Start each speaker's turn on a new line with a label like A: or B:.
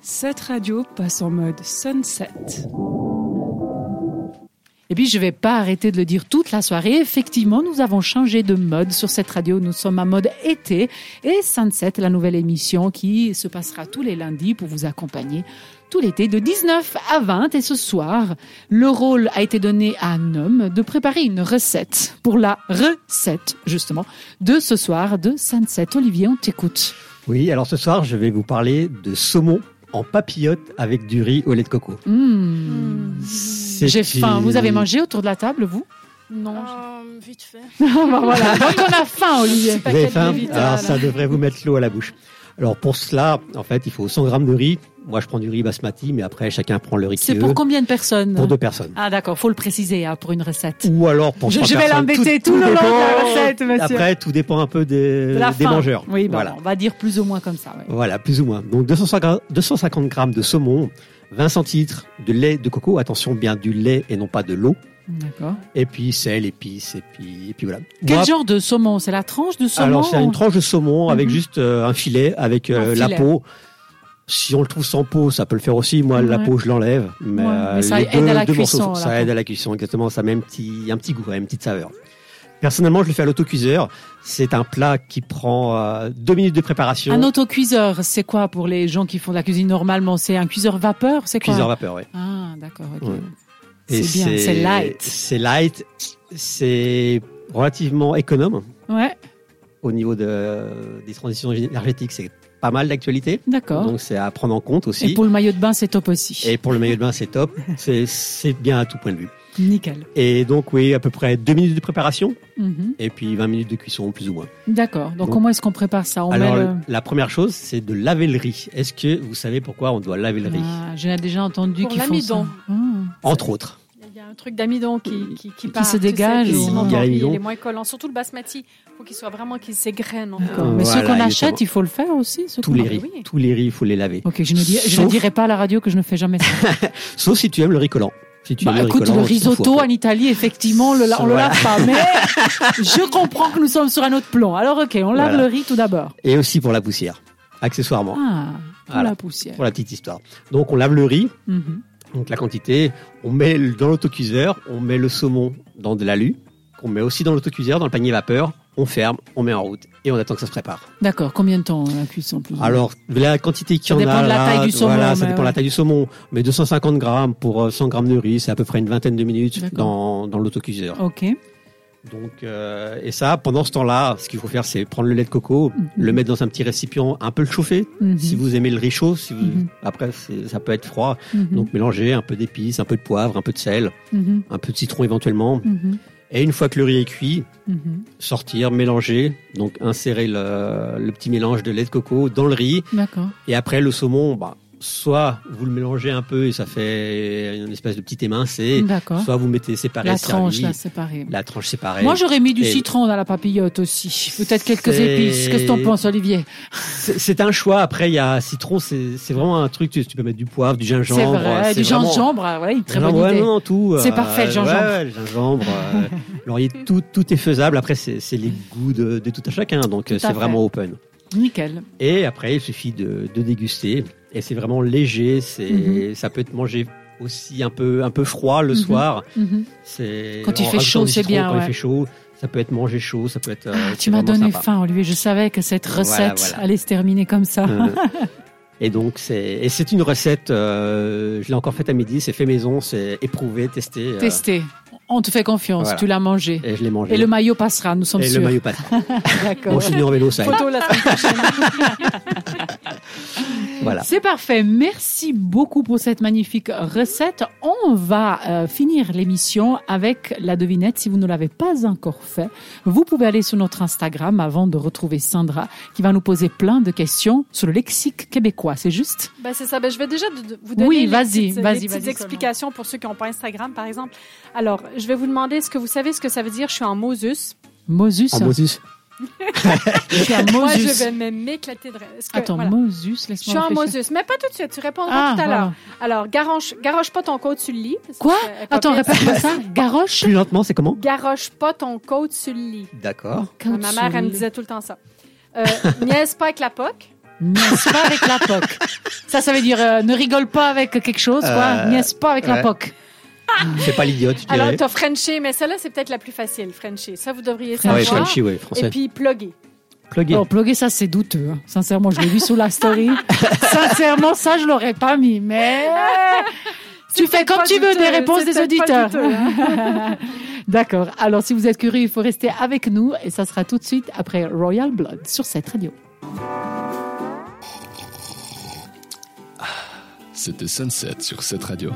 A: Cette radio passe en mode sunset.
B: Et puis, Eh je ne vais pas arrêter de le dire toute la soirée. Effectivement, nous avons changé de mode sur cette radio. Nous sommes à mode été. Et Sunset, la nouvelle émission qui se passera tous les lundis pour vous accompagner tout l'été de 19 à 20. Et ce soir, le rôle a été donné à un homme de préparer une recette pour la recette, justement, de ce soir de Sunset. Olivier, on t'écoute.
C: Oui, alors ce soir, je vais vous parler de saumon en papillote avec du riz au lait de coco.
B: Mmh.
C: C'est
B: J'ai
C: une-
B: faim. Vous avez mangé autour de la table, vous
D: Non,
E: Euh, vite fait.
B: Ben voilà. Donc on a faim, Olivier.
C: Vous avez
D: paquet de
C: faim
D: riz vital.
C: Alors ça devrait vous mettre l'eau à la bouche. Alors pour cela, en fait, il faut 100 grammes de riz. Moi, je prends du riz basmati, mais après, chacun prend le riz
B: C'est
C: qu'il
B: pour
C: veut.
B: combien de personnes
C: Pour deux personnes.
B: Ah d'accord, faut le préciser hein, pour une recette.
C: Ou alors pour
B: Je,
C: trois
B: je vais
C: personnes.
B: l'embêter tout, le long de la
C: dépend-
B: recette, monsieur.
C: Après, tout dépend un peu des,
B: De la
C: des
B: faim.
C: mangeurs.
B: Oui, ben,
C: voilà.
B: on va dire plus ou moins comme ça. ouais.
C: Voilà, plus ou moins. Donc 250 gra- 250 grammes de saumon, 20 centilitres de lait de coco. Attention, bien du lait et non pas de l'eau.
B: D'accord.
C: Et puis sel, épices, et puis, et puis voilà.
B: Quel
C: Moi,
B: genre de saumon C'est la tranche de saumon
C: Alors c'est une tranche de saumon avec
B: Mhm.
C: juste euh, un filet, avec euh,
B: Un
C: la
B: filet.
C: peau. Si on le trouve sans peau, ça peut le faire aussi. Moi, la
B: Ouais.
C: peau, je l'enlève. Mais,
B: Ouais,
C: euh,
B: mais ça
C: les
B: aide
C: deux-
B: à la
C: deux morceaux,
B: cuisson, la
C: ça aide
B: peau.
C: à la cuisson, exactement. Ça met un petit, un petit goût, ouais, une petite saveur. Personnellement, je le fais à l'autocuiseur. C'est un plat qui prend euh, deux minutes de préparation.
B: Un autocuiseur, c'est quoi pour les gens qui font de la cuisine normalement C'est un cuiseur vapeur, c'est quoi
C: cuiseur vapeur, ouais.
B: Ah d'accord. ok.
C: Ouais. Et
B: C'est bien, c'est light.
C: C'est light. C'est relativement économe
B: Ouais,
C: au niveau de, des transitions énergétiques. C'est pas mal d'actualité.
B: d'accord.
C: Donc c'est à prendre en compte aussi.
B: Et pour le maillot de bain, c'est top aussi.
C: Et pour le maillot de bain, c'est top. C'est- C'est bien à tout point de vue.
B: Nickel.
C: Et donc, oui, à peu près deux minutes de préparation
B: Mhm.
C: et puis 20 minutes de cuisson, plus ou moins.
B: D'accord. Donc
C: Bon.
B: comment est-ce qu'on prépare ça On met
C: Alors,
B: le-
C: la première chose, c'est de laver le riz. Est-ce que vous savez pourquoi on doit laver le riz
B: Ah, J'en ai déjà entendu
D: Pour
B: qu'ils font ça.
D: l'amidon.
B: Ah.
C: Entre autres.
D: il y a un truc d'amidon qui, qui, qui, part,
B: Mm. se
D: tu sais,
B: dégage
D: qui
B: ou-
D: cimente
C: Il y a
D: en riz,
C: l'amidon.
D: Il est moins collant. Surtout le basmati. Il faut qu'il soit vraiment qu'il s'égrène. En fait.
B: D'accord. Mais
C: Voilà,
B: ceux qu'on
C: il est
B: achète,
C: bon.
B: il faut le faire aussi. ceux
C: Tous
B: qu'on-
C: les
D: Ah,
C: riz.
D: oui.
C: Tous les riz, il faut les laver.
B: Ok, je ne, dis- je
C: Sauf-
B: ne dirai pas à la radio que je ne fais jamais ça.
C: Sauf si tu aimes le riz collant. Si tu
B: Bah,
C: aimes riz
B: écoute,
C: collant,
B: le
C: on s'en fout
B: risotto
C: un
B: en Italie, effectivement, on le, la- on le
C: Voilà.
B: lave pas. Mais je comprends que nous sommes sur un autre plan. Alors, ok, on lave
C: Voilà.
B: le riz tout d'abord.
C: peu. Et aussi pour la poussière, accessoirement,
B: Ah, pour
C: Voilà.
B: la poussière.
C: pour la petite histoire. Donc, on lave le riz,
B: Mhm.
C: donc la quantité. On met le- dans l'autocuiseur, on met le saumon dans de l'alu, qu'on met aussi dans l'autocuiseur, dans le panier vapeur. On ferme, on met en route et on attend que ça se prépare.
B: D'accord, combien de temps euh, la cuisson plus ou moins
C: Alors, la quantité qu'il y
B: Ça
C: en a.
B: dépend de la
C: là,
B: taille du saumon,
C: Voilà, ça
B: mais
C: dépend de
B: ouais.
C: la taille du saumon. Mais 250 grammes pour euh, 100 grammes de riz, c'est à peu près une vingtaine de minutes
B: D'accord.
C: dans, dans l'autocuiseur.
B: Ok.
C: Donc, euh, et ça, pendant ce temps-là, ce qu'il faut faire, c'est prendre le lait de coco,
B: Mhm.
C: le mettre dans un petit récipient, un peu le chauffer.
B: Mhm.
C: Si vous aimez le riz chaud, si vous,
B: Mhm.
C: après, c'est- ça peut être froid.
B: Mhm.
C: Donc, mélanger un peu d'épices, un peu de poivre, un peu de sel,
B: Mhm.
C: un peu de citron éventuellement.
B: Mhm.
C: Et une fois que le riz est cuit,
B: Mhm.
C: sortir, mélanger. Donc, insérer le, le petit mélange de lait de coco dans le riz.
B: D'accord.
C: Et après, le saumon, bah, soit vous le mélangez un peu et ça fait une espèce de petite émincé,
B: D'accord.
C: soit vous mettez séparé
B: Mmh. La
C: servi,
B: tranche, là, séparée.
C: la tranche séparée.
B: Moi, j'aurais mis du
C: Et-
B: citron dans la papillote aussi. Peut-être quelques
C: C'est-
B: épices. Qu'est-ce que t'en penses, Olivier
C: C'est c'est un choix. Après, il y a citron, c'est c'est vraiment un truc. Tu, tu peux mettre du poivre, du gingembre.
B: C'est vrai,
C: c'est
B: du
C: vraiment-
B: gingembre, ah, voilà, une très
C: gingembre,
B: bonne
C: ouais,
B: idée.
C: non, tout. euh,
B: C'est parfait, le gingembre.
C: ouais, ouais, le gingembre, euh, laurier, tout, tout est faisable. Après, c'est c'est les goûts de, de tout à chacun, donc euh,
B: à
C: c'est
B: fait.
C: vraiment open.
B: Nickel.
C: Et après, il suffit de, de déguster. Et c'est vraiment léger. C'est ça peut être mangé aussi un peu un peu froid le
B: Mhm.
C: soir.
B: Mhm.
C: C'est
B: Quand il
C: en
B: fait
C: rajoutant
B: chaud,
C: du
B: c'est
C: citron,
B: bien,
C: Quand
B: ouais.
C: il fait chaud, ça peut être mangé chaud, ça peut être. euh,
B: Ah,
C: c'est
B: tu m'as
C: vraiment
B: donné
C: sympa.
B: faim, Olivier. Je savais que cette
C: Voilà,
B: recette
C: voilà.
B: allait se terminer comme ça.
C: Euh, et donc c'est et c'est une recette. euh, je l'ai encore faite à midi. C'est fait maison, c'est éprouvé, testé. euh,
B: Testé. On te fait confiance.
C: Voilà.
B: Tu l'as mangé.
C: et je l'ai mangé.
B: Et le maillot passera, nous sommes
C: Et le
B: sûrs.
C: maillot pâte. Bon,
B: D'accord.
C: je suis venu en vélo, ça. aide.
D: Photo la semaine prochaine.
C: Voilà.
B: C'est parfait. Merci beaucoup pour cette magnifique recette. On va euh, finir l'émission avec la devinette. Si vous ne l'avez pas encore fait, vous pouvez aller sur notre Instagram avant de retrouver Sandra qui va nous poser plein de questions sur le lexique québécois. C'est juste
D: Ben, c'est ça. Ben, je vais déjà de- de- vous donner
B: Oui,
D: les
B: vas-y,
D: petites, les
B: vas-y,
D: petites
B: vas-y,
D: explications pour ceux qui n'ont pas Instagram, par exemple. Alors, je vais vous demander, est-ce que vous savez ce que ça veut dire « je suis en Mosus
B: Mosus.
C: En Moses.
B: Je suis un
D: Moi,
B: Mosus.
D: je vais même m'éclater de... rire. Est-ce que-
B: Attends,
D: voilà.
B: Mosus,
D: Je suis
B: laisse-moi
D: en
B: réfléchir.
D: Mosus. Mais pas tout de suite, tu répondras
B: Ah,
D: tout à l'heure.
B: voilà.
D: Alors, garoche, garoche pas ton côte sur le lit. parce que
B: Quoi?
D: c'est pas
B: Attends,
D: pire.
B: répète pas ça. Garoche.
C: Plus lentement, c'est comment
D: Garoche pas ton côte sur le lit.
C: D'accord.
D: Ma mère, elle me disait tout le temps ça. Euh, niaise pas avec la POC.
B: niaise pas avec la POC. Ça, ça veut dire euh, ne rigole pas avec quelque chose, quoi.
C: Euh,
B: niaise pas avec la
C: ouais.
B: POC.
C: C'est pas l'idiote, je
D: Alors,
C: dirais.
D: t'as Frenché, mais celle-là, c'est peut-être la plus facile, Frenché. Ça, vous devriez
B: Ah
C: Ah
D: savoir.
C: ouais, Frenchy, ouais,
D: Et
C: français.
D: puis, plugger.
C: Plugger.
B: Bon, plugger ça, c'est douteux. hein. Sincèrement, je l'ai vu sous la story. Sincèrement, ça, je l'aurais pas mis, mais tu fais comme
D: pas
B: tu veux
D: douteux,
B: des réponses
D: c'est
B: des
D: peut-être pas
B: auditeurs.
D: douteux, hein.
B: D'accord. Alors, si vous êtes curieux, il faut rester avec nous et ça sera tout de suite après Royal Blood sur cette radio.
E: C'était Sunset sur cette radio.